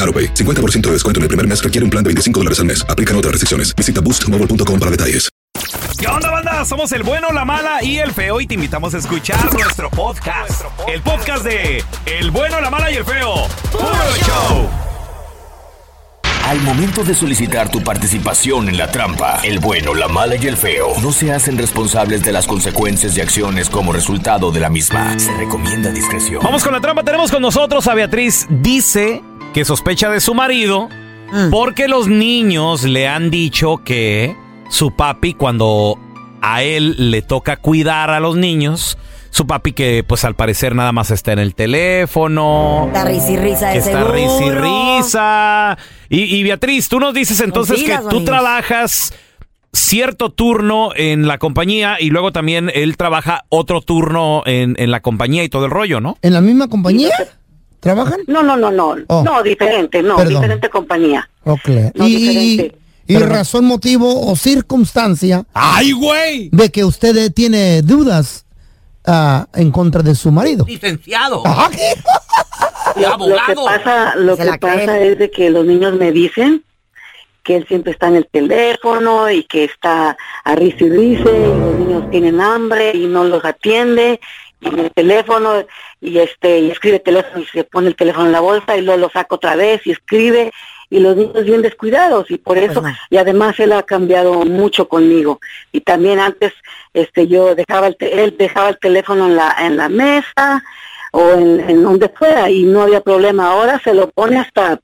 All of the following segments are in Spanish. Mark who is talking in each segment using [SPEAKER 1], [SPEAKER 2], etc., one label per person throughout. [SPEAKER 1] AroPay. 50% de descuento en el primer mes requiere un plan de 25 dólares al mes. Aplican otras restricciones. Visita boostmobile.com para detalles.
[SPEAKER 2] ¿Qué onda, banda? Somos el bueno, la mala y el feo y te invitamos a escuchar nuestro podcast. El podcast de El bueno, la mala y el feo. ¡Puro show!
[SPEAKER 3] Oh. Al momento de solicitar tu participación en la trampa, el bueno, la mala y el feo no se hacen responsables de las consecuencias y acciones como resultado de la misma. Se recomienda discreción.
[SPEAKER 2] Vamos con la trampa. Tenemos con nosotros a Beatriz. Dice que sospecha de su marido porque los niños le han dicho que su papi, cuando a él le toca cuidar a los niños, su papi que pues al parecer nada más está en el teléfono.
[SPEAKER 4] Está risa y risa de
[SPEAKER 2] que está
[SPEAKER 4] seguro.
[SPEAKER 2] risa y risa. Y, y Beatriz, tú nos dices entonces que
[SPEAKER 4] digas,
[SPEAKER 2] tú
[SPEAKER 4] amigos.
[SPEAKER 2] trabajas cierto turno en la compañía y luego también él trabaja otro turno en, en la compañía y todo el rollo, ¿no?
[SPEAKER 5] ¿En la misma compañía? ¿Trabajan?
[SPEAKER 6] No, no, no, no.
[SPEAKER 5] Oh.
[SPEAKER 6] No, diferente, no,
[SPEAKER 5] Perdón.
[SPEAKER 6] diferente compañía.
[SPEAKER 5] Ok.
[SPEAKER 6] No,
[SPEAKER 5] y,
[SPEAKER 6] diferente.
[SPEAKER 5] y razón, motivo o circunstancia
[SPEAKER 2] ¡Ay, güey!
[SPEAKER 5] de que usted eh, tiene dudas ah, en contra de su marido.
[SPEAKER 7] Licenciado,
[SPEAKER 5] Ah,
[SPEAKER 6] Lo que
[SPEAKER 7] abogado.
[SPEAKER 6] pasa, lo
[SPEAKER 4] Se
[SPEAKER 6] que
[SPEAKER 4] la
[SPEAKER 6] pasa
[SPEAKER 4] creen.
[SPEAKER 6] es de que los niños me dicen que él siempre está en el teléfono y que está a risa y risa y los niños tienen hambre y no los atiende y en el teléfono y este y escribe el teléfono y se pone el teléfono en la bolsa y luego lo saca otra vez y escribe y los niños bien descuidados y por eso
[SPEAKER 4] Pues no.
[SPEAKER 6] y además él ha cambiado mucho conmigo y también antes este yo dejaba el te- él dejaba el teléfono en la en la mesa o en, en donde fuera y no había problema. Ahora se lo pone hasta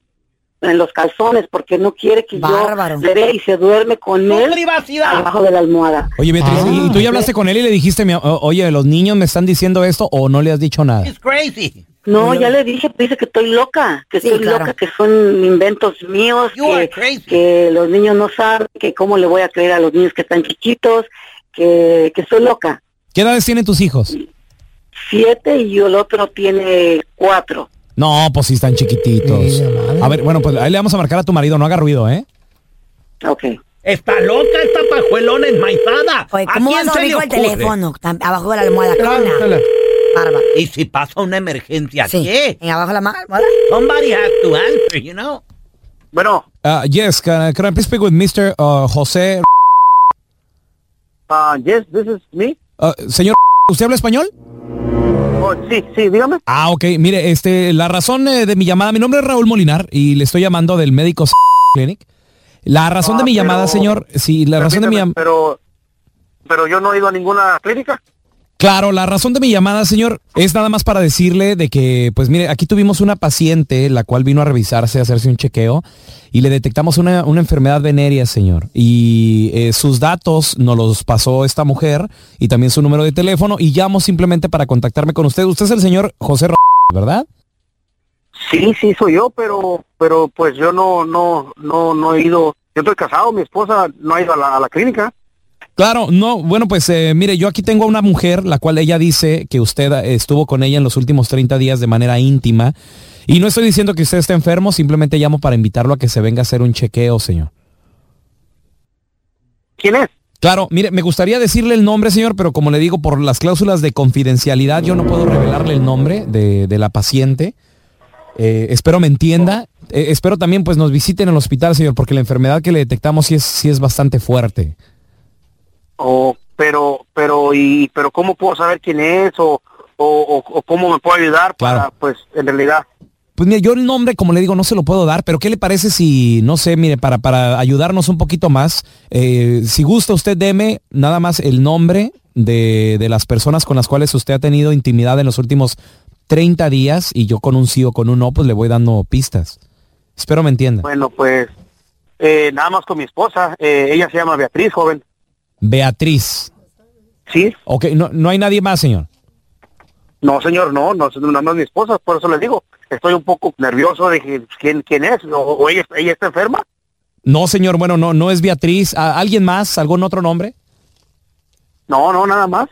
[SPEAKER 6] en los calzones porque no quiere que
[SPEAKER 4] Bárbaro.
[SPEAKER 6] yo le dé y se duerme con él
[SPEAKER 7] privacidad.
[SPEAKER 6] abajo de la almohada.
[SPEAKER 8] Oye, Beatriz,
[SPEAKER 5] Ah.
[SPEAKER 8] ¿y tú ya hablaste con él y le dijiste, mi- o- oye, los niños me están diciendo esto o no le has dicho nada?
[SPEAKER 7] It's crazy.
[SPEAKER 6] No, ya le dije, pues, dice que estoy loca, que
[SPEAKER 4] Sí,
[SPEAKER 6] estoy
[SPEAKER 4] claro.
[SPEAKER 6] loca, que son inventos míos,
[SPEAKER 7] You are
[SPEAKER 6] que,
[SPEAKER 7] crazy.
[SPEAKER 6] que los niños no saben, que cómo le voy a creer a los niños que están chiquitos, que, que soy loca.
[SPEAKER 8] ¿Qué edades tienen tus hijos?
[SPEAKER 6] Siete y el otro tiene cuatro.
[SPEAKER 8] No, pues sí están chiquititos.
[SPEAKER 5] Mira, madre.
[SPEAKER 8] A ver, bueno, pues ahí le vamos a marcar a tu marido, no haga ruido, ¿eh?
[SPEAKER 6] Ok.
[SPEAKER 7] Está loca esta pajuelona enmaizada.
[SPEAKER 4] Oye, Eh, ¿cómo vas a dormir con el teléfono? Tam- abajo de la almohada. Cona. Bárbaro.
[SPEAKER 7] Y si pasa una emergencia,
[SPEAKER 4] Sí.
[SPEAKER 7] ¿qué?
[SPEAKER 4] En abajo de la ma- almohada.
[SPEAKER 7] Somebody has to answer, you know.
[SPEAKER 6] Bueno,
[SPEAKER 8] Uh, yes, can, can I please speak with Mr. uh, José?
[SPEAKER 6] ah yes, this is me.
[SPEAKER 8] Uh, señor, ¿usted habla español?
[SPEAKER 6] Oh, sí, sí, dígame.
[SPEAKER 8] Ah, ok. Mire, este, la razón eh, de mi llamada, mi nombre es Raúl Molinar y le estoy llamando del médico Clinic. La razón
[SPEAKER 6] Ah,
[SPEAKER 8] de mi llamada,
[SPEAKER 6] pero-
[SPEAKER 8] señor, sí, la razón de mi llamada.
[SPEAKER 6] Permítame, pero pero yo no he ido a ninguna clínica.
[SPEAKER 8] Claro, la razón de mi llamada, señor, es nada más para decirle de que, pues mire, aquí tuvimos una paciente la cual vino a revisarse, a hacerse un chequeo y le detectamos una, una enfermedad venérea, señor. Y eh, sus datos nos los pasó esta mujer y también su número de teléfono y llamo simplemente para contactarme con usted. Usted es el señor José Ro- ¿verdad?
[SPEAKER 6] Sí, sí, soy yo, pero pero pues yo no no no no he ido. Yo estoy casado, mi esposa no ha ido a la, a la clínica.
[SPEAKER 8] Claro, no, bueno, pues eh, mire, yo aquí tengo a una mujer, la cual ella dice que usted eh, estuvo con ella en los últimos 30 días de manera íntima. Y no estoy diciendo que usted esté enfermo, simplemente llamo para invitarlo a que se venga a hacer un chequeo, señor.
[SPEAKER 7] quién es.
[SPEAKER 9] Claro, mire, me gustaría decirle el nombre, señor, pero como le digo, por las cláusulas de confidencialidad, yo no puedo revelarle el nombre de, de la paciente. Eh, espero me entienda. Eh, espero también pues nos visiten en el hospital, señor, porque la enfermedad que le detectamos sí es, sí es bastante fuerte.
[SPEAKER 7] O, pero, pero, y, pero ¿cómo puedo saber quién es o, o, o- o cómo me puedo ayudar para, pues, en realidad?
[SPEAKER 9] Pues mire, yo el nombre, como le digo, no se lo puedo dar, pero ¿qué le parece si, no sé, mire, para, para ayudarnos un poquito más, eh, si gusta usted deme nada más el nombre de, de las personas con las cuales usted ha tenido intimidad en los últimos 30 días y yo con un sí o con un no, pues le voy dando pistas. Espero me entienda.
[SPEAKER 7] Bueno, pues, eh, nada más con mi esposa. eh, ella se llama Beatriz, joven.
[SPEAKER 9] Beatriz.
[SPEAKER 7] Sí.
[SPEAKER 9] Ok, no, no hay nadie más, señor.
[SPEAKER 7] No, señor, no, no, no, no es mi esposa, por eso le digo. Estoy un poco nervioso de que- quién, quién es. O, o ella, ella está enferma.
[SPEAKER 9] No, señor, bueno, no, no es Beatriz. ¿A- ¿Alguien más? ¿Algún otro nombre?
[SPEAKER 7] No, no, nada más.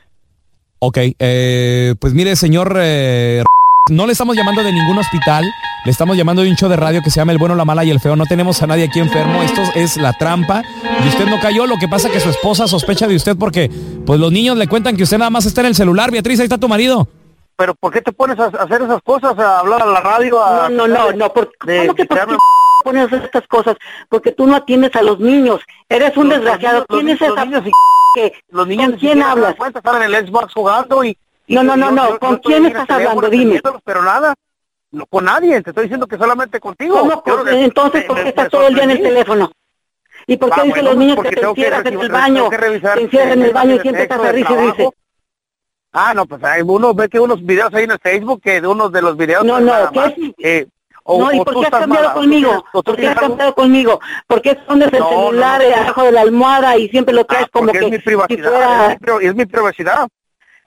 [SPEAKER 9] Ok, eh, pues mire, señor, eh, no le estamos llamando de ningún hospital, le estamos llamando de un show de radio que se llama El Bueno, la Mala y el Feo. No tenemos a nadie aquí enfermo, esto es la trampa. Y usted no cayó, lo que pasa que su esposa sospecha de usted porque pues los niños le cuentan que usted nada más está en el celular. Beatriz, ahí está tu marido.
[SPEAKER 7] Pero ¿por qué te pones a a hacer esas cosas, a hablar a la radio? A
[SPEAKER 6] No, no, no, no,
[SPEAKER 7] porque
[SPEAKER 6] ¿Cómo que por qué pones estas cosas? Porque tú no atiendes a los niños. Eres un desgraciado. ¿Quién es esa que
[SPEAKER 7] los niños
[SPEAKER 6] con quién hablas?
[SPEAKER 7] Están en el Xbox jugando y... y
[SPEAKER 6] No, no, no,
[SPEAKER 7] yo-
[SPEAKER 6] no,
[SPEAKER 7] yo- yo
[SPEAKER 6] ¿con
[SPEAKER 7] estoy
[SPEAKER 6] quién
[SPEAKER 7] en el
[SPEAKER 6] estás
[SPEAKER 7] teléfono
[SPEAKER 6] hablando? Dime.
[SPEAKER 7] atendiéndolos, Pero nada, no con nadie, te estoy diciendo que solamente contigo.
[SPEAKER 6] ¿Cómo?
[SPEAKER 7] Yo-
[SPEAKER 6] Entonces, ¿por
[SPEAKER 7] me-
[SPEAKER 6] qué
[SPEAKER 7] me
[SPEAKER 6] estás todo el día en el
[SPEAKER 7] sorprendí.
[SPEAKER 6] teléfono? ¿Y por qué
[SPEAKER 7] Ah,
[SPEAKER 6] dicen
[SPEAKER 7] bueno,
[SPEAKER 6] los niños que
[SPEAKER 7] porque
[SPEAKER 6] te
[SPEAKER 7] tengo
[SPEAKER 6] encierras en
[SPEAKER 7] recibo-
[SPEAKER 6] el baño?
[SPEAKER 7] tengo que revisar
[SPEAKER 6] Te encierras en el baño y
[SPEAKER 7] mensajes de
[SPEAKER 6] siempre estás a
[SPEAKER 7] texto, de
[SPEAKER 6] risa y dice.
[SPEAKER 7] trabajo. Ah, no, pues hay uno ve que unos videos ahí en el Facebook que de unos de los videos...
[SPEAKER 6] No,
[SPEAKER 7] pues,
[SPEAKER 6] no,
[SPEAKER 7] nada
[SPEAKER 6] ¿qué
[SPEAKER 7] más, eh, o-
[SPEAKER 6] no, ¿y
[SPEAKER 7] o
[SPEAKER 6] por
[SPEAKER 7] tú
[SPEAKER 6] qué has
[SPEAKER 7] estás
[SPEAKER 6] cambiado
[SPEAKER 7] mala, o tú
[SPEAKER 6] conmigo?
[SPEAKER 7] tienes- o tú
[SPEAKER 6] ¿Por qué
[SPEAKER 7] tienes
[SPEAKER 6] has
[SPEAKER 7] algo-
[SPEAKER 6] cambiado conmigo? ¿Por qué escondes el
[SPEAKER 7] No, no,
[SPEAKER 6] celular
[SPEAKER 7] no. Ah,
[SPEAKER 6] eh, abajo de la almohada y siempre lo traes como
[SPEAKER 7] porque
[SPEAKER 6] que
[SPEAKER 7] es mi
[SPEAKER 6] si
[SPEAKER 7] privacidad,
[SPEAKER 6] fuera-
[SPEAKER 7] es, mi, pri- es mi privacidad.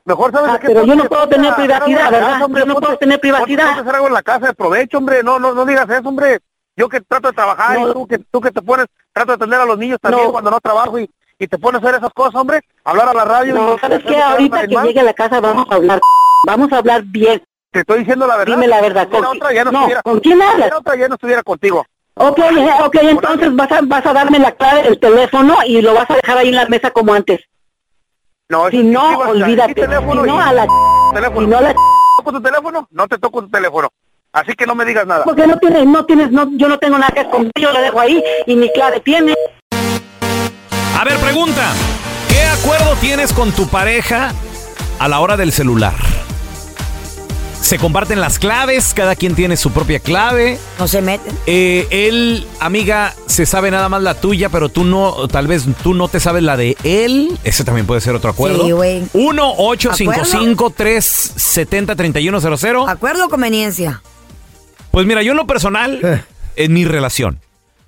[SPEAKER 7] Mejor sabes
[SPEAKER 6] Ah,
[SPEAKER 7] qué?
[SPEAKER 6] pero yo no
[SPEAKER 7] Ponte-
[SPEAKER 6] puedo tener
[SPEAKER 7] ponte a hacer algo en
[SPEAKER 6] privacidad,
[SPEAKER 7] la
[SPEAKER 6] ¿verdad?
[SPEAKER 7] casa, hombre,
[SPEAKER 6] Yo no
[SPEAKER 7] ponte-
[SPEAKER 6] puedo tener
[SPEAKER 7] ponte-
[SPEAKER 6] privacidad.
[SPEAKER 7] ponte a hacer algo en la casa de provecho, hombre. No, no, no digas eso, hombre. Yo que trato de trabajar y tú que, tú que te pones, trato de atender a los niños también cuando no trabajo y, y te pones a hacer esas cosas, hombre. Hablar a la radio.
[SPEAKER 6] No,
[SPEAKER 7] y-
[SPEAKER 6] ¿sabes
[SPEAKER 7] hacer
[SPEAKER 6] qué?
[SPEAKER 7] un
[SPEAKER 6] Ahorita
[SPEAKER 7] programa
[SPEAKER 6] que
[SPEAKER 7] animal.
[SPEAKER 6] llegue a la casa vamos a hablar. Vamos a hablar bien.
[SPEAKER 7] Te estoy diciendo la verdad.
[SPEAKER 6] Dime la verdad.
[SPEAKER 7] Si hubiera
[SPEAKER 6] ¿Con
[SPEAKER 7] otra, ya no,
[SPEAKER 6] no,
[SPEAKER 7] estuviera-
[SPEAKER 6] ¿con quién
[SPEAKER 7] si
[SPEAKER 6] hablas?
[SPEAKER 7] hubiera otra, ya no estuviera contigo.
[SPEAKER 6] Ok, eh, ok, entonces vas a, vas a darme la clave del teléfono y lo vas a dejar ahí en la mesa como antes.
[SPEAKER 7] No,
[SPEAKER 6] si no, olvídate. Si no, a la...
[SPEAKER 7] Teléfono. ¿Toco tu teléfono? No te toco tu teléfono. Así que no me digas nada.
[SPEAKER 6] Porque no tienes, no tienes, no, yo no tengo nada que esconder, yo lo dejo ahí y mi clave tiene.
[SPEAKER 2] A ver, pregunta. ¿Qué acuerdo tienes con tu pareja a la hora del celular? ¿Se comparten las claves? ¿Cada quien tiene su propia clave? Eh,
[SPEAKER 4] ¿No se meten?
[SPEAKER 2] él, amiga, se sabe nada más la tuya, pero tú no, tal vez tú no te sabes la de él. Ese también puede ser otro acuerdo.
[SPEAKER 4] Sí, güey.
[SPEAKER 2] 1-855-370-3100.
[SPEAKER 4] ¿Acuerdo o conveniencia?
[SPEAKER 2] Pues mira, yo en lo personal, en mi relación,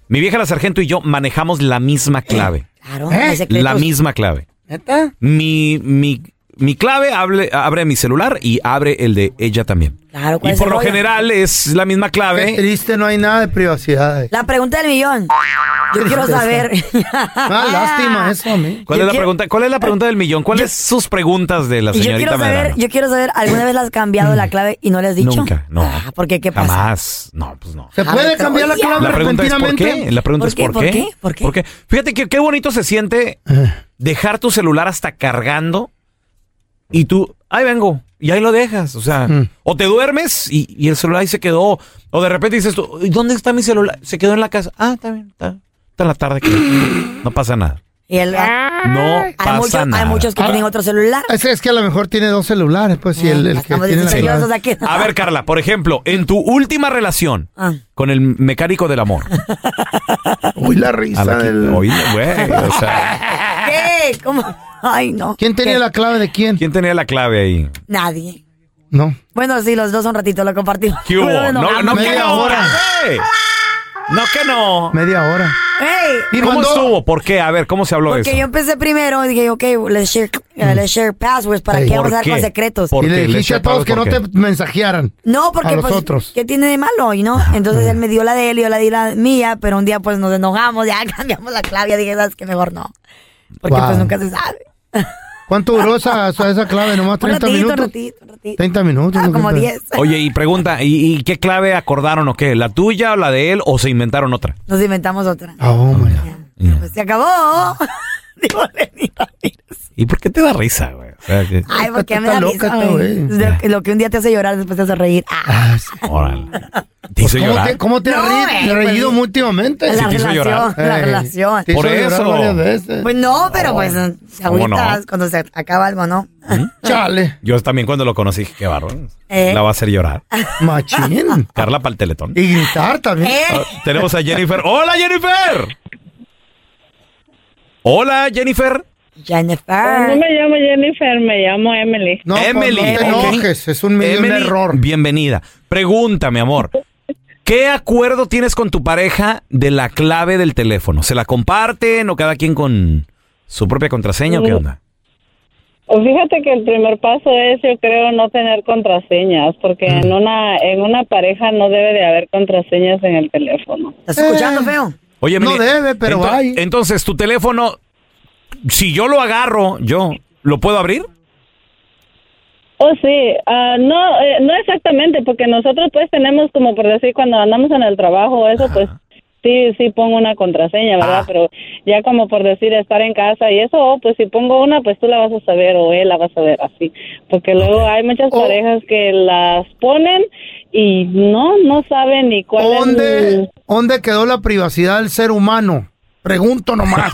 [SPEAKER 2] mi vieja la sargento y yo manejamos la misma clave.
[SPEAKER 4] Claro,
[SPEAKER 5] Eh,
[SPEAKER 4] no hay secretos.
[SPEAKER 2] Eh, La misma clave.
[SPEAKER 4] ¿Neta?
[SPEAKER 2] Mi, mi, mi clave hable- abre mi celular y abre el de ella también.
[SPEAKER 4] Claro, ¿cuál
[SPEAKER 2] Y
[SPEAKER 4] es
[SPEAKER 2] por
[SPEAKER 4] el
[SPEAKER 2] lo
[SPEAKER 4] rollo?
[SPEAKER 2] general es la misma
[SPEAKER 5] Qué
[SPEAKER 2] clave.
[SPEAKER 5] triste, no hay nada de privacidad. eh.
[SPEAKER 4] La pregunta del millón. Yo quiero saber.
[SPEAKER 5] Ah, lástima eso a mí.
[SPEAKER 2] ¿Cuál
[SPEAKER 4] Yo
[SPEAKER 2] es la
[SPEAKER 4] quiero-
[SPEAKER 2] pregunta? ¿Cuál es la pregunta del millón? ¿Cuáles sus preguntas de la
[SPEAKER 4] Y yo
[SPEAKER 2] señorita
[SPEAKER 4] quiero saber,
[SPEAKER 2] Medrano?
[SPEAKER 4] yo quiero saber, ¿alguna vez la has cambiado la clave y no le has dicho?
[SPEAKER 2] Nunca, no.
[SPEAKER 4] Ah, ¿Por qué? ¿Qué pasa?
[SPEAKER 2] Jamás. No, pues no.
[SPEAKER 5] ¿Se
[SPEAKER 4] A
[SPEAKER 5] puede
[SPEAKER 4] ver,
[SPEAKER 5] cambiar la
[SPEAKER 4] oye.
[SPEAKER 5] clave
[SPEAKER 2] La pregunta es por qué.
[SPEAKER 5] repentinamente?
[SPEAKER 2] La pregunta
[SPEAKER 4] ¿Por
[SPEAKER 2] es
[SPEAKER 4] qué?
[SPEAKER 2] por
[SPEAKER 4] ¿Por
[SPEAKER 2] qué.
[SPEAKER 4] qué? ¿Por qué?
[SPEAKER 2] Fíjate que qué bonito se siente dejar tu celular hasta cargando y tú, ahí vengo, y ahí lo dejas. O sea,
[SPEAKER 5] Mm.
[SPEAKER 2] o te duermes y, y el celular ahí se quedó. O de repente dices tú, "¿Y ¿dónde está mi celular? Se quedó en la casa. Ah, está bien, está, está en la tarde. que- No pasa nada.
[SPEAKER 4] Y el-
[SPEAKER 2] No
[SPEAKER 4] hay,
[SPEAKER 2] pasa
[SPEAKER 4] muchos, hay
[SPEAKER 2] nada.
[SPEAKER 4] muchos que
[SPEAKER 5] Ah.
[SPEAKER 4] tienen otro celular.
[SPEAKER 5] Es, es que a lo mejor tiene dos celulares, pues, y el, el que
[SPEAKER 4] Estamos
[SPEAKER 5] tiene la
[SPEAKER 4] diseñosos
[SPEAKER 5] clave.
[SPEAKER 4] aquí.
[SPEAKER 2] A ver, Carla, por ejemplo, en tu última relación
[SPEAKER 4] Ah.
[SPEAKER 2] con el mecánico del amor.
[SPEAKER 5] Uy, la risa
[SPEAKER 2] A la que-
[SPEAKER 5] del-
[SPEAKER 2] Oye, güey, o sea,
[SPEAKER 4] ¿Qué? ¿Cómo? Ay, no.
[SPEAKER 5] ¿Quién tenía
[SPEAKER 4] ¿Qué?
[SPEAKER 5] la clave de quién?
[SPEAKER 2] ¿quién tenía la clave ahí?
[SPEAKER 4] Nadie.
[SPEAKER 5] No.
[SPEAKER 4] Bueno, sí, los dos un ratito lo compartimos.
[SPEAKER 2] ¿Qué hubo? No, no, no, que
[SPEAKER 5] media
[SPEAKER 2] no,
[SPEAKER 5] hora.
[SPEAKER 2] güey. No, que no.
[SPEAKER 5] Media hora.
[SPEAKER 4] Ey,
[SPEAKER 5] Y
[SPEAKER 2] ¿Cómo
[SPEAKER 5] mandó-
[SPEAKER 2] estuvo? ¿por qué? A ver, ¿cómo se habló de
[SPEAKER 4] porque yo
[SPEAKER 2] eso?
[SPEAKER 4] empecé primero y dije, ok, let's share, eh, let's share passwords. ¿Para
[SPEAKER 5] Ey.
[SPEAKER 4] qué vamos a
[SPEAKER 2] ¿Por
[SPEAKER 4] dar con
[SPEAKER 2] qué?
[SPEAKER 4] secretos?
[SPEAKER 2] ¿Por
[SPEAKER 5] Y le
[SPEAKER 2] qué?
[SPEAKER 5] dijiste
[SPEAKER 2] ¿Le
[SPEAKER 5] a todos que no
[SPEAKER 2] echaron
[SPEAKER 5] te
[SPEAKER 2] por
[SPEAKER 5] mensajearan.
[SPEAKER 4] No, porque
[SPEAKER 5] A los
[SPEAKER 4] pues,
[SPEAKER 5] otros.
[SPEAKER 4] ¿qué tiene de malo? Y no, entonces él me dio la de él y yo la di la mía, pero un día pues nos enojamos, ya cambiamos la clave, ya dije, ¿sabes qué? Mejor no. Porque
[SPEAKER 5] Wow.
[SPEAKER 4] pues nunca se sabe.
[SPEAKER 5] ¿Cuánto duró esa, esa, esa clave? Nomás
[SPEAKER 4] Un
[SPEAKER 5] 30
[SPEAKER 4] ratito, un
[SPEAKER 5] minutos.
[SPEAKER 4] ratito, un ratito.
[SPEAKER 5] 30 minutos.
[SPEAKER 4] Ah,
[SPEAKER 5] ¿no?
[SPEAKER 4] como
[SPEAKER 5] ¿Qué
[SPEAKER 4] 10.
[SPEAKER 2] Oye, y pregunta, ¿y, y qué clave acordaron o qué? ¿La tuya o la de él o se inventaron otra?
[SPEAKER 5] Ah,
[SPEAKER 4] Nos inventamos otra.
[SPEAKER 5] pedo? Oh, my God.
[SPEAKER 4] Ya, Pues se acabó.
[SPEAKER 2] ¿Y por qué te da risa, güey? O sea, que-
[SPEAKER 4] Ay, porque me da
[SPEAKER 5] Está
[SPEAKER 4] risa,
[SPEAKER 5] loca esta
[SPEAKER 4] güey.
[SPEAKER 2] güey.
[SPEAKER 4] Lo- Lo que un día te hace llorar, después te hace reír. Ah,
[SPEAKER 2] Órale. ¿Te hizo
[SPEAKER 5] Pues, ¿Cómo
[SPEAKER 2] llorar?
[SPEAKER 5] te, cómo te
[SPEAKER 4] No,
[SPEAKER 5] has reído,
[SPEAKER 4] eh,
[SPEAKER 5] reído
[SPEAKER 4] pues,
[SPEAKER 5] últimamente?
[SPEAKER 4] la
[SPEAKER 2] te hizo
[SPEAKER 4] relación,
[SPEAKER 2] llorar.
[SPEAKER 4] la
[SPEAKER 5] Eh,
[SPEAKER 4] relación.
[SPEAKER 5] te hizo
[SPEAKER 2] Por
[SPEAKER 5] llorar
[SPEAKER 2] eso.
[SPEAKER 5] varias veces. Ah,
[SPEAKER 4] Pues no, pero pues
[SPEAKER 2] ¿Cómo no?
[SPEAKER 4] agüitas cuando se acaba algo, ¿no?
[SPEAKER 5] Chale,
[SPEAKER 2] Yo también cuando lo conocí dije, qué bárbaro.
[SPEAKER 4] Eh.
[SPEAKER 2] La va a hacer llorar.
[SPEAKER 5] machín.
[SPEAKER 2] Carla para el teletón.
[SPEAKER 5] Y gritar también.
[SPEAKER 4] Eh,
[SPEAKER 2] Ah, Tenemos a Jennifer. ¡Hola, Jennifer! Hola, Jennifer. Ah.
[SPEAKER 4] Jennifer.
[SPEAKER 10] me llamo Jennifer, me llamo Emily.
[SPEAKER 5] No, pues,
[SPEAKER 2] Emily,
[SPEAKER 5] no te
[SPEAKER 2] ok.
[SPEAKER 5] enojes, es un, es un
[SPEAKER 2] Emily,
[SPEAKER 5] error.
[SPEAKER 2] Bienvenida. Pregunta, mi amor. ¿Qué acuerdo tienes con tu pareja de la clave del teléfono? ¿Se la comparten o cada quien con su propia contraseña o qué onda?
[SPEAKER 10] O Pues Fíjate que el primer paso es, yo creo, no tener contraseñas, porque en
[SPEAKER 5] Mm.
[SPEAKER 10] una en una pareja no debe de haber contraseñas en el teléfono.
[SPEAKER 4] ¿Estás escuchando, feo?
[SPEAKER 2] Oye,
[SPEAKER 5] Eh. No
[SPEAKER 2] Emily,
[SPEAKER 5] debe, pero
[SPEAKER 2] ento-
[SPEAKER 5] hay.
[SPEAKER 2] Entonces, tu teléfono, si yo lo agarro, yo, ¿lo puedo abrir?
[SPEAKER 10] Oh, sí, ah, no, eh, no exactamente, porque nosotros pues tenemos como por decir cuando andamos en el trabajo, eso pues sí, sí pongo una contraseña, ¿verdad?
[SPEAKER 2] Ah.
[SPEAKER 10] Pero ya como por decir estar en casa y eso, oh, pues si pongo una, pues tú la vas a saber o él la va a saber así, porque luego hay muchas
[SPEAKER 5] Oh.
[SPEAKER 10] parejas que las ponen y no, no saben ni cuál
[SPEAKER 5] ¿Dónde,
[SPEAKER 10] es.
[SPEAKER 5] ¿Dónde quedó la privacidad del ser humano? Pregunto nomás.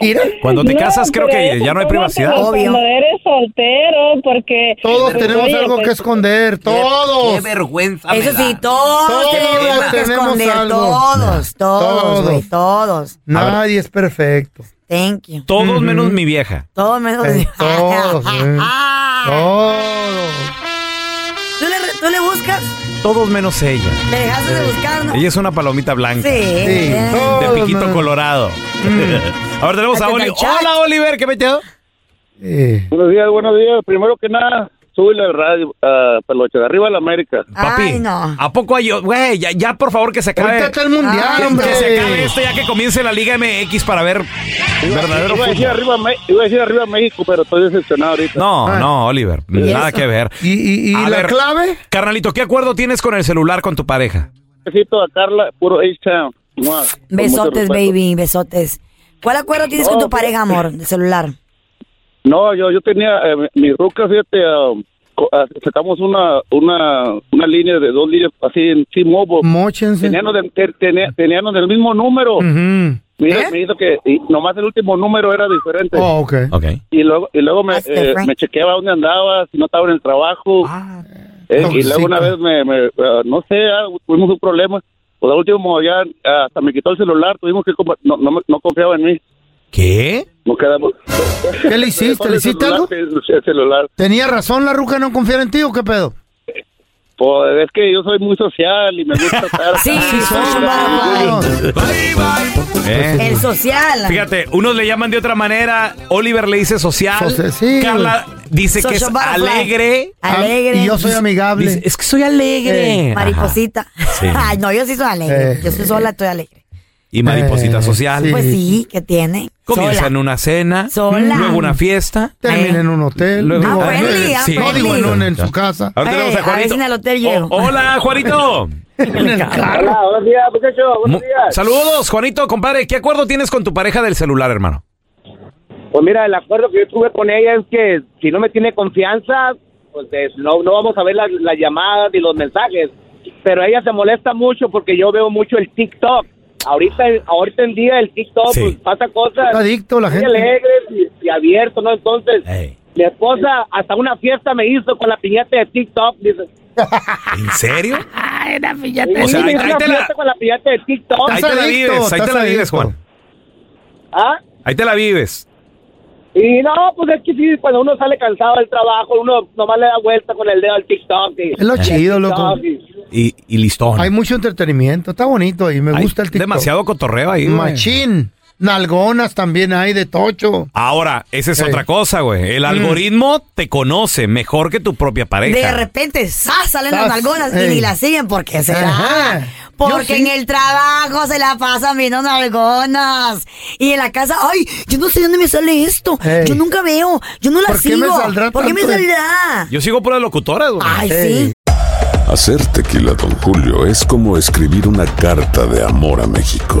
[SPEAKER 5] Mira,
[SPEAKER 2] Cuando te
[SPEAKER 10] No,
[SPEAKER 2] casas, creo
[SPEAKER 10] pero
[SPEAKER 2] que
[SPEAKER 10] eso
[SPEAKER 2] ya no hay
[SPEAKER 10] póngatelo
[SPEAKER 2] privacidad.
[SPEAKER 4] Obvio.
[SPEAKER 10] Cuando eres soltero, porque
[SPEAKER 5] todos
[SPEAKER 10] pues,
[SPEAKER 5] tenemos
[SPEAKER 10] oye,
[SPEAKER 5] algo que
[SPEAKER 10] pues,
[SPEAKER 5] esconder,
[SPEAKER 7] Qué
[SPEAKER 5] todos.
[SPEAKER 7] vergüenza.
[SPEAKER 2] Pues,
[SPEAKER 4] Eso
[SPEAKER 7] me
[SPEAKER 4] sí,
[SPEAKER 7] da.
[SPEAKER 4] todos,
[SPEAKER 5] Todos
[SPEAKER 4] tenemos que
[SPEAKER 5] tenemos
[SPEAKER 4] esconder.
[SPEAKER 5] algo.
[SPEAKER 4] Todos, todos,
[SPEAKER 5] Todos.
[SPEAKER 4] güey, todos.
[SPEAKER 5] Nadie es perfecto.
[SPEAKER 4] Thank you.
[SPEAKER 2] Todos menos mi vieja.
[SPEAKER 4] Todos menos.
[SPEAKER 5] Eh, Oh. todos, eh. Todos.
[SPEAKER 4] ¿Tú, le, tú le buscas,
[SPEAKER 2] Todos menos ella.
[SPEAKER 4] le dejaste de buscar, ¿no?
[SPEAKER 2] Ella es una palomita blanca.
[SPEAKER 4] Sí.
[SPEAKER 5] Sí,
[SPEAKER 2] De
[SPEAKER 5] todos,
[SPEAKER 2] piquito
[SPEAKER 5] man.
[SPEAKER 2] colorado.
[SPEAKER 4] Mm.
[SPEAKER 2] Ahora tenemos a
[SPEAKER 4] Hasta
[SPEAKER 2] Oliver.
[SPEAKER 4] el chat.
[SPEAKER 2] Hola, Oliver, ¿qué metido?
[SPEAKER 5] Eh,
[SPEAKER 11] Buenos días, buenos días. Primero que nada, sube la radio, ah, peloche, de arriba a la América.
[SPEAKER 2] Papi,
[SPEAKER 4] Ay, no.
[SPEAKER 2] ¿a poco hay... Güey, ya, ya, por favor que se
[SPEAKER 5] Ahorita
[SPEAKER 2] acabe...
[SPEAKER 5] está el mundial,
[SPEAKER 4] Ay,
[SPEAKER 5] hombre.
[SPEAKER 2] Que se acabe esto ya que comience la Liga MX para ver verdadero
[SPEAKER 11] iba, a decir
[SPEAKER 2] fútbol.
[SPEAKER 11] arriba, Me- iba a decir arriba México, pero estoy decepcionado ahorita.
[SPEAKER 2] No,
[SPEAKER 5] Ah.
[SPEAKER 2] Oh, no, Oliver, nada
[SPEAKER 4] eso?
[SPEAKER 2] que ver.
[SPEAKER 5] ¿Y, y- y
[SPEAKER 2] A
[SPEAKER 5] la
[SPEAKER 2] ver.
[SPEAKER 5] clave?
[SPEAKER 2] Carnalito, ¿qué acuerdo tienes con el celular con tu pareja?
[SPEAKER 11] Besito a Carla, puro H-Town. Mua, con mucho
[SPEAKER 4] Besotes,
[SPEAKER 11] respeto.
[SPEAKER 4] baby, besotes. ¿Cuál acuerdo tienes con
[SPEAKER 11] No, pues,
[SPEAKER 4] tu pareja, amor, de celular?
[SPEAKER 11] No, yo, yo tenía eh, mi- mi ruca, fíjate, ah, co- ah, sacamos una, una, una línea de dos líneas así en T-Mobile.
[SPEAKER 5] Móchense.
[SPEAKER 11] Teníamos, del- te- tenía- teníamos el mismo número.
[SPEAKER 5] Ujú.
[SPEAKER 11] Mira,
[SPEAKER 4] ¿Eh?
[SPEAKER 11] me hizo que y nomás el último número era diferente.
[SPEAKER 5] Oh, ok.
[SPEAKER 2] Ok.
[SPEAKER 11] Y luego, y luego me,
[SPEAKER 5] Ah,
[SPEAKER 4] That's
[SPEAKER 11] eh,
[SPEAKER 4] different.
[SPEAKER 11] me chequeaba dónde andaba, si no estaba en el trabajo.
[SPEAKER 5] Ah,
[SPEAKER 11] Eh, y
[SPEAKER 5] Tóxica.
[SPEAKER 11] luego una vez me, me, ah, no sé, ah, tuvimos un problema. Por último, ya ah, hasta me quitó el celular, tuvimos que compa- no, no, me- no confiaba en mí.
[SPEAKER 2] ¿Qué?
[SPEAKER 11] Nos quedamos.
[SPEAKER 5] ¿Qué le hiciste? ¿Le hiciste algo?
[SPEAKER 11] El celular.
[SPEAKER 5] ¿Tenía razón la ruca no confiar en ti o qué pedo?
[SPEAKER 11] Pues es que yo soy muy social y me gusta estar.
[SPEAKER 4] Sí,
[SPEAKER 11] acá.
[SPEAKER 4] son bárbaros.
[SPEAKER 5] Pues
[SPEAKER 2] Eh.
[SPEAKER 4] El social.
[SPEAKER 2] Fíjate, unos le llaman de otra manera, Oliver le dice social,
[SPEAKER 5] Socia- sí,
[SPEAKER 2] Carla dice que es
[SPEAKER 4] Social butterfly.
[SPEAKER 2] alegre.
[SPEAKER 4] Alegre.
[SPEAKER 5] Y yo soy amigable.
[SPEAKER 2] Dice, es que soy alegre.
[SPEAKER 4] Mariposita.
[SPEAKER 2] Sí.
[SPEAKER 4] Ay, no, yo sí soy alegre.
[SPEAKER 5] Eh.
[SPEAKER 4] Yo soy sola, estoy alegre.
[SPEAKER 2] Ajá. Y mariposita
[SPEAKER 5] Eh,
[SPEAKER 2] social.
[SPEAKER 5] sí.
[SPEAKER 4] Pues sí, ¿qué tiene?
[SPEAKER 2] Comienza
[SPEAKER 4] Sola.
[SPEAKER 2] en una cena,
[SPEAKER 4] Sola.
[SPEAKER 2] luego una fiesta.
[SPEAKER 5] Termina en un hotel.
[SPEAKER 2] Luego-
[SPEAKER 5] Digo,
[SPEAKER 4] Ah, friendly,
[SPEAKER 5] eh,
[SPEAKER 4] ah,
[SPEAKER 5] no digo en,
[SPEAKER 4] friendly.
[SPEAKER 5] un- en su casa.
[SPEAKER 2] Ahora tenemos
[SPEAKER 4] Ey,
[SPEAKER 2] a
[SPEAKER 4] Eh, a ver
[SPEAKER 2] Juanito.
[SPEAKER 4] si en el hotel llego.
[SPEAKER 2] Oh, hola, Juanito.
[SPEAKER 5] En el carro.
[SPEAKER 11] Hola, buenos días, muchachos. Buenos
[SPEAKER 2] Mu-
[SPEAKER 11] días.
[SPEAKER 2] Saludos, Juanito, compadre. ¿Qué acuerdo tienes con tu pareja del celular, hermano?
[SPEAKER 11] Pues mira, el acuerdo que yo tuve con ella es que si no me tiene confianza, pues es- no, no vamos a ver las las llamadas ni los mensajes. Pero ella se molesta mucho porque yo veo mucho el TikTok. Ahorita, ahorita en día el TikTok
[SPEAKER 2] Sí.
[SPEAKER 11] pues, pasa cosas
[SPEAKER 5] Está adicto la
[SPEAKER 11] muy
[SPEAKER 5] gente.
[SPEAKER 11] alegres y, y abierto, ¿no? Entonces,
[SPEAKER 2] Ey.
[SPEAKER 11] mi esposa hasta una fiesta me hizo con la piñata de TikTok. Dice,
[SPEAKER 2] ¿En serio?
[SPEAKER 11] "Sí,
[SPEAKER 2] O sea,
[SPEAKER 11] me
[SPEAKER 2] ahí,
[SPEAKER 11] hizo
[SPEAKER 2] ahí
[SPEAKER 11] una
[SPEAKER 2] te la,
[SPEAKER 11] fiesta con la piñata de TikTok.
[SPEAKER 2] ahí te la
[SPEAKER 5] Estás
[SPEAKER 2] vives,
[SPEAKER 5] adicto,
[SPEAKER 2] ahí te la
[SPEAKER 5] estás
[SPEAKER 2] vives,
[SPEAKER 5] adicto.
[SPEAKER 2] Juan.
[SPEAKER 11] ¿Ah?
[SPEAKER 2] Ahí te la vives.
[SPEAKER 11] Y no, pues es que sí, cuando uno sale cansado del trabajo, uno nomás le da vuelta con el dedo al TikTok. y-
[SPEAKER 5] Es lo chido, loco.
[SPEAKER 11] TikTok y-
[SPEAKER 2] Y, y listón.
[SPEAKER 5] Hay mucho entretenimiento. Está bonito ahí. Me
[SPEAKER 2] Hay
[SPEAKER 5] gusta el TikTok.
[SPEAKER 2] Demasiado cotorreo ahí. güey.
[SPEAKER 5] Machín. Nalgonas también hay de tocho.
[SPEAKER 2] Ahora, esa es
[SPEAKER 5] Ey. Mm.
[SPEAKER 2] otra cosa, güey. El algoritmo te conoce mejor que tu propia
[SPEAKER 4] De
[SPEAKER 2] pareja.
[SPEAKER 4] repente, ¡zas! salen las
[SPEAKER 5] Zas,
[SPEAKER 4] nalgonas y
[SPEAKER 5] ey.
[SPEAKER 4] ni la siguen. ¿Por qué será?
[SPEAKER 5] Ajá.
[SPEAKER 4] Porque
[SPEAKER 5] Yo sí.
[SPEAKER 4] en el trabajo se la pasan viendo nalgonas. Y en la casa, ¡ay! Yo no sé dónde me sale esto.
[SPEAKER 5] Ey.
[SPEAKER 4] Yo nunca veo. Yo no la
[SPEAKER 5] ¿Por qué
[SPEAKER 4] sigo.
[SPEAKER 5] me saldrá
[SPEAKER 4] ¿Por qué me
[SPEAKER 5] tanto de-
[SPEAKER 4] saldrá?
[SPEAKER 2] Yo sigo por las locutoras, güey.
[SPEAKER 4] Ay, sí.
[SPEAKER 5] Ey.
[SPEAKER 12] Hacer tequila, Don Julio, es como escribir una carta de amor a México.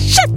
[SPEAKER 13] Shut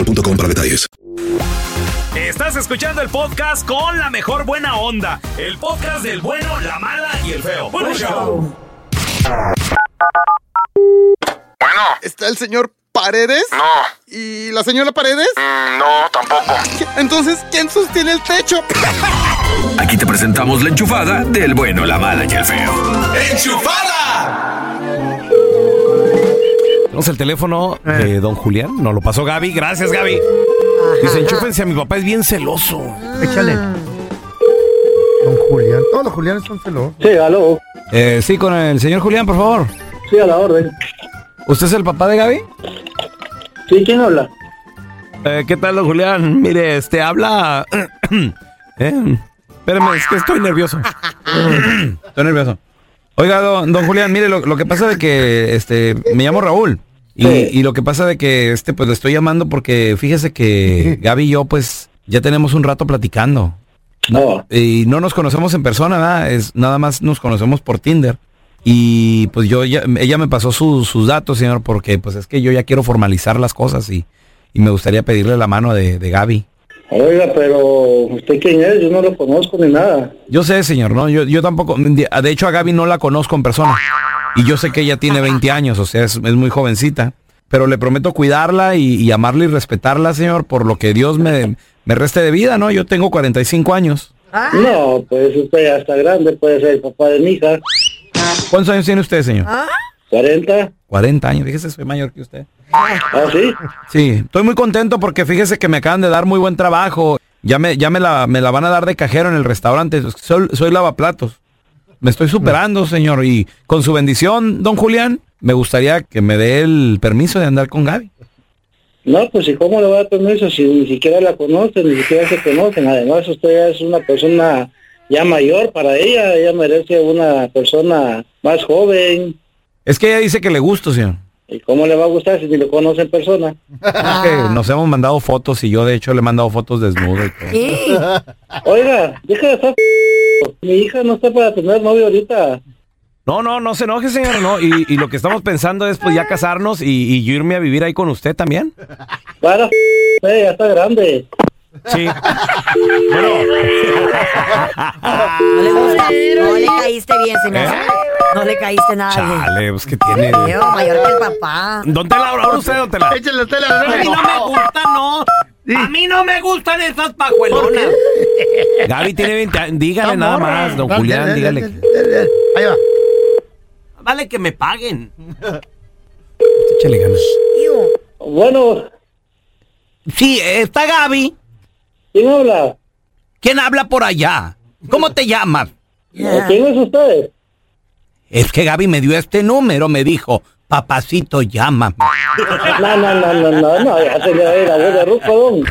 [SPEAKER 1] para detalles.
[SPEAKER 14] Estás escuchando el podcast con la mejor buena onda. El podcast del bueno, la mala y el feo. Bueno, show.
[SPEAKER 5] Bueno. ¿Está el señor Paredes? No. ¿Y la señora Paredes? no, tampoco. Entonces, ¿quién sostiene el techo?
[SPEAKER 3] Aquí te presentamos la enchufada del bueno, la mala y el feo.
[SPEAKER 14] Tenemos el teléfono de don Julián. Nos lo pasó Gaby. Gracias, Gaby. Dice, enchúfense a mi papá, es bien celoso.
[SPEAKER 15] Échale. Don Julián. Todos los Julianes son celosos.
[SPEAKER 2] Sí, aló. Eh, sí, con el señor Julián, por favor.
[SPEAKER 16] Sí, a la orden.
[SPEAKER 2] ¿Usted es el papá de Gaby?
[SPEAKER 16] Sí, ¿quién habla?
[SPEAKER 2] Eh,
[SPEAKER 14] ¿Qué tal, don Julián? Mire, este habla. Eh, espérame, es que estoy nervioso.
[SPEAKER 2] Estoy nervioso. Oiga, don, don Julián, mire, lo, lo que pasa de que este, me llamo Raúl. Y, y lo que pasa de que este, pues le estoy llamando porque fíjese que Gaby y yo, pues, ya tenemos un rato platicando. No. Y no nos conocemos en persona, nada, es, nada más nos conocemos por Tinder. Y pues yo ya- ella me pasó su- sus datos, señor, porque pues es que yo ya quiero formalizar las cosas y, y me gustaría pedirle la mano de, de Gaby.
[SPEAKER 16] Oiga, pero ¿usted quién es? Yo no lo conozco ni nada.
[SPEAKER 2] Yo sé, señor, no, yo, yo tampoco, de hecho a Gaby no la conozco en persona. Y yo sé que ella tiene 20 años, o sea, es, es muy jovencita. Pero le prometo cuidarla y, y amarla y respetarla, señor, por lo que Dios me, me reste de vida, ¿no? Yo tengo 45 años.
[SPEAKER 16] No, pues usted ya está grande, puede ser el papá de mi hija.
[SPEAKER 2] ¿Cuántos años tiene usted, señor?
[SPEAKER 16] ¿40?
[SPEAKER 2] 40 años, fíjese, soy mayor que usted.
[SPEAKER 16] ¿Ah, sí?
[SPEAKER 2] Sí, estoy muy contento porque fíjese que me acaban de dar muy buen trabajo. Ya me, ya me la, me la van a dar de cajero en el restaurante. Soy, soy lavaplatos. Me estoy superando, señor. Y con su bendición, don Julián, me gustaría que me dé el permiso de andar con Gaby.
[SPEAKER 16] No, pues ¿y cómo le va a dar permiso si ni siquiera la conocen, ni siquiera se conocen? Además, usted ya es una persona ya mayor para ella, ella merece una persona más joven.
[SPEAKER 2] Es que ella dice que le gusto, señor.
[SPEAKER 16] ¿Y cómo le va a gustar si ni lo conoce en persona?
[SPEAKER 2] Es
[SPEAKER 16] Ah.
[SPEAKER 2] que nos hemos mandado fotos y yo, de hecho, le he mandado fotos desnudo y todo.
[SPEAKER 16] Oiga, deja de estar... Mi hija no está para tener novio ahorita.
[SPEAKER 14] No, no, no se enoje, señor, no. Y, y lo que estamos pensando es pues ya casarnos y, y yo irme a vivir ahí con usted también.
[SPEAKER 16] Para, eh, ya está grande.
[SPEAKER 14] Sí.
[SPEAKER 4] No le gusta. No le caíste bien, señor.
[SPEAKER 14] ¿Eh?
[SPEAKER 4] No le caíste nada bien.
[SPEAKER 14] Chale, pues que tiene.
[SPEAKER 4] Feo, mayor que el papá.
[SPEAKER 14] Don Tela, ahora usted, don Tela.
[SPEAKER 15] Échale,
[SPEAKER 7] A mí no me gusta, no. A mí no me gustan esas pajuelonas.
[SPEAKER 14] Gaby tiene 20 años. Dígale nada más, don
[SPEAKER 7] Dale,
[SPEAKER 14] Julián,
[SPEAKER 7] dale,
[SPEAKER 14] dígale.
[SPEAKER 7] dale,
[SPEAKER 14] que-
[SPEAKER 15] Ahí va.
[SPEAKER 7] Vale que me paguen.
[SPEAKER 14] Échale ganas.
[SPEAKER 16] Bueno.
[SPEAKER 7] Sí, está Gaby.
[SPEAKER 16] ¿Quién habla?
[SPEAKER 7] ¿Quién habla por allá? ¿Cómo te llamas?
[SPEAKER 16] ¿Quién es usted?
[SPEAKER 7] Es que Gaby me dio este número, me dijo, papacito, llama.
[SPEAKER 16] No, no, no, no, no, no, ya se le va a ir la voz de Rufo, don.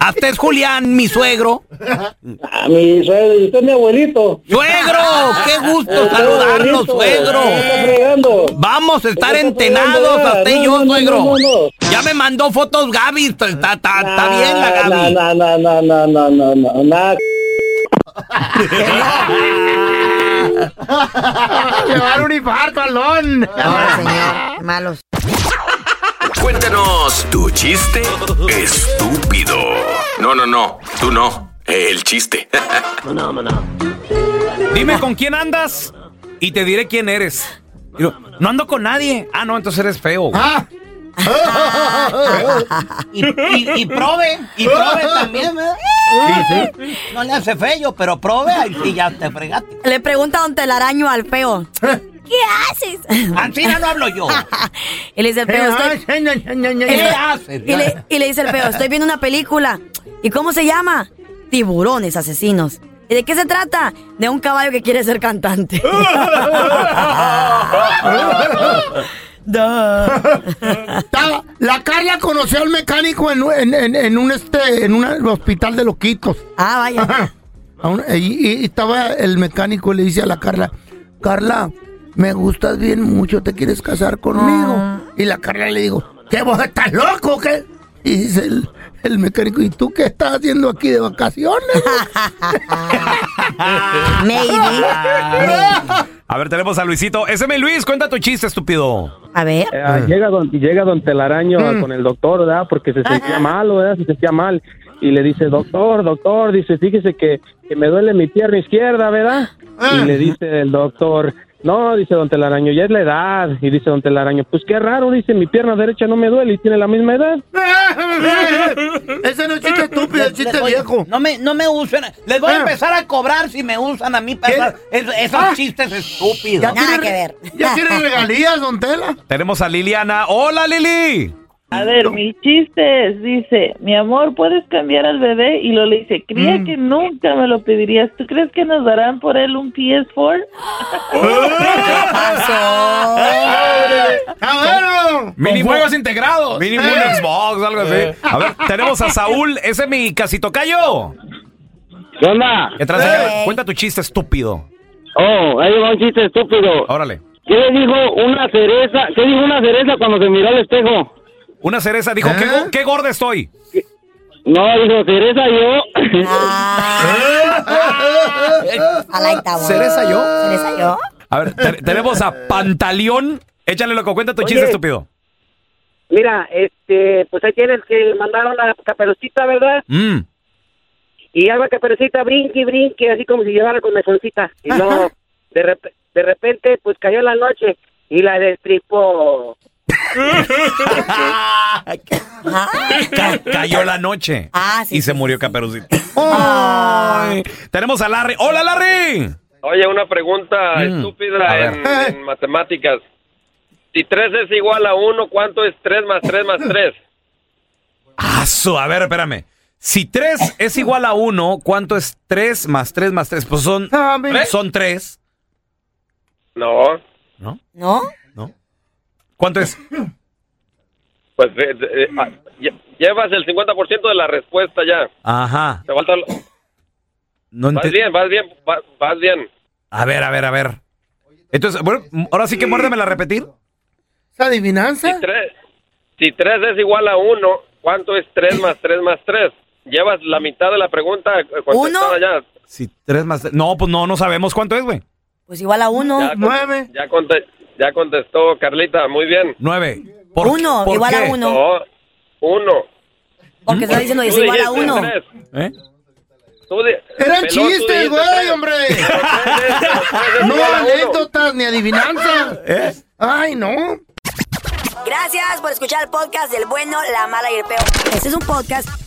[SPEAKER 7] Hasta es Julián, mi suegro.
[SPEAKER 16] A mi suegro, y usted es mi abuelito.
[SPEAKER 7] ¡Suegro! ¡Qué gusto saludarlo, suegro! Vamos a estar entenados, hasta y yo, suegro. Ya me mandó fotos Gaby, está, está- está- está bien la Gaby.
[SPEAKER 16] No, no, no, no, no, no, no, no, nada.
[SPEAKER 5] Le va a dar un infarto al don.
[SPEAKER 4] Malos.
[SPEAKER 3] Cuéntanos tu chiste estúpido. No, no, no. Tú no. El chiste.
[SPEAKER 2] Dime con quién andas y te diré quién eres. Y lo- no ando con nadie. Ah, no, entonces eres feo. güey.
[SPEAKER 7] Y, y- y prove, y prove también, ¿verdad? No le hace feo, pero prove y ya te fregaste.
[SPEAKER 4] Le pregunta a Don Telaraño al feo. ¿Qué haces?
[SPEAKER 7] Antina no hablo yo.
[SPEAKER 4] Y le dice el feo, estoy...
[SPEAKER 7] ¿Qué haces?
[SPEAKER 4] Y le, y le dice el feo, estoy viendo una película. ¿Y cómo se llama? Tiburones asesinos. ¿Y de qué se trata? De un caballo que quiere ser cantante.
[SPEAKER 5] Estaba- Ah, La Carla conoció al mecánico en, en- en- en un este, en un hospital de loquitos.
[SPEAKER 4] Ah, vaya.
[SPEAKER 5] y, y- y estaba el mecánico y le dice a la Carla, Carla, me gustas bien mucho, ¿te quieres casar conmigo?
[SPEAKER 4] Ah.
[SPEAKER 5] Y la Carla le dijo, ¿qué vos estás loco? o ¿Qué? Y dice el, el mecánico, ¿y tú qué estás haciendo aquí de vacaciones?
[SPEAKER 7] Ah.
[SPEAKER 2] A ver, tenemos a Luisito. Ese es mi Luis, cuenta tu chiste, estúpido.
[SPEAKER 4] A ver.
[SPEAKER 11] Eh, ah, llega, don, llega don Telaraño con el doctor, ¿verdad? Porque se sentía malo, ¿verdad? Se sentía mal. Y le dice, doctor, doctor, dice, fíjese que, que me duele mi pierna izquierda, ¿verdad? Y le dice el doctor, no, dice don Telaraño, ya es la edad. Y dice don Telaraño, pues qué raro, dice, mi pierna derecha no me duele y tiene la misma edad.
[SPEAKER 5] Ese no es chiste estúpido, es chiste viejo.
[SPEAKER 7] No me, no me usen. Les voy a
[SPEAKER 5] Ah.
[SPEAKER 7] empezar a cobrar si me usan a mí para esas- esos, esos
[SPEAKER 5] Ah.
[SPEAKER 7] chistes estúpidos.
[SPEAKER 5] Ya Nada tiene- que ver. ya tiene regalías, don Tela.
[SPEAKER 2] Tenemos a Liliana. ¡Hola, Lili!
[SPEAKER 17] A ver, mi chiste es, dice, mi amor, ¿puedes cambiar al bebé? Y lo le dice, creía que nunca me lo pedirías. ¿Tú crees que nos darán por él un PS4?
[SPEAKER 2] Mínimo-
[SPEAKER 7] juegos integrados.
[SPEAKER 2] Mínimo un
[SPEAKER 7] Eh.
[SPEAKER 2] Xbox, algo
[SPEAKER 7] Eh.
[SPEAKER 2] así. A ver, tenemos a Saúl. Ese es mi casito callo.
[SPEAKER 18] ¿Qué onda?
[SPEAKER 2] ¿Qué tranza, carnal? Cuenta tu chiste, estúpido.
[SPEAKER 18] Oh, ahí va un chiste estúpido.
[SPEAKER 2] Órale.
[SPEAKER 18] ¿Qué le dijo una cereza? ¿Qué dijo una cereza cuando se miró al espejo?
[SPEAKER 2] Una cereza dijo, ¿qué,
[SPEAKER 7] ¿Eh?
[SPEAKER 2] go- qué gorda estoy?
[SPEAKER 18] No, dijo, cereza yo.
[SPEAKER 7] Ah.
[SPEAKER 2] ¿Cereza yo?
[SPEAKER 4] ¿Cereza yo?
[SPEAKER 2] A ver, te- tenemos a Pantaleón. Échale loco, cuenta tu
[SPEAKER 19] Oye.
[SPEAKER 2] chiste, estúpido.
[SPEAKER 19] Mira, este, pues ahí tienes que le mandaron a Caperucita, ¿verdad?
[SPEAKER 2] Mm.
[SPEAKER 19] Y alba Caperucita brinque y brinque, así como si llevara comezoncita. Y luego, de, rep- de repente, pues cayó la noche y la destripó.
[SPEAKER 2] Ca- cayó la noche.
[SPEAKER 4] Ah,
[SPEAKER 2] y se murió Caperucita. Ay. Tenemos a Larry. ¡Hola, Larry!
[SPEAKER 20] Oye, una pregunta
[SPEAKER 2] Mm, a
[SPEAKER 20] estúpida
[SPEAKER 2] ver.
[SPEAKER 20] en, en matemáticas. Si 3 es igual a 1, ¿cuánto es 3 más 3 más 3?
[SPEAKER 2] Asu, a ver, espérame. Si 3 es igual a 1, ¿cuánto es 3 más 3 más 3? Pues son, son 3.
[SPEAKER 20] No.
[SPEAKER 2] ¿No?
[SPEAKER 4] ¿No?
[SPEAKER 2] ¿No? ¿Cuánto es?
[SPEAKER 20] Pues eh, eh,
[SPEAKER 2] Mm.
[SPEAKER 20] ah, lle- llevas el 50% de la respuesta ya.
[SPEAKER 2] Ajá.
[SPEAKER 20] Te falta... lo-
[SPEAKER 2] No
[SPEAKER 20] vas
[SPEAKER 2] ente-
[SPEAKER 20] bien, vas bien, va- vas bien.
[SPEAKER 2] A ver, a ver, a ver. Entonces, bueno, ahora sí que muérdemela a repetir.
[SPEAKER 5] adivinanza?
[SPEAKER 20] Si 3, si 3 es igual a 1, ¿cuánto es 3 más 3 más 3? Llevas la mitad de la pregunta eh, contestada ya.
[SPEAKER 2] Si 3 más 3. No, pues no, no sabemos cuánto es, güey.
[SPEAKER 4] Pues igual a uno.
[SPEAKER 20] Ya, con- ya conte- ya contestó Carlita, muy bien.
[SPEAKER 2] 9.
[SPEAKER 4] Uno, igual a uno.
[SPEAKER 20] No, uno.
[SPEAKER 5] ¿Mm?
[SPEAKER 4] Porque está diciendo es
[SPEAKER 20] Tú
[SPEAKER 4] igual a
[SPEAKER 20] dijiste
[SPEAKER 4] uno.
[SPEAKER 20] tres. Tú di-
[SPEAKER 5] Eran
[SPEAKER 20] Pelón, tú
[SPEAKER 5] chistes,
[SPEAKER 20] dijiste
[SPEAKER 5] güey,
[SPEAKER 20] tres.
[SPEAKER 5] hombre.
[SPEAKER 20] es
[SPEAKER 5] no
[SPEAKER 20] igual a uno.
[SPEAKER 5] anécdotas ni adivinanzas.
[SPEAKER 20] ¿Eh?
[SPEAKER 5] Ay, no.
[SPEAKER 4] Gracias por escuchar el podcast del bueno, la mala y el peo. Este es un podcast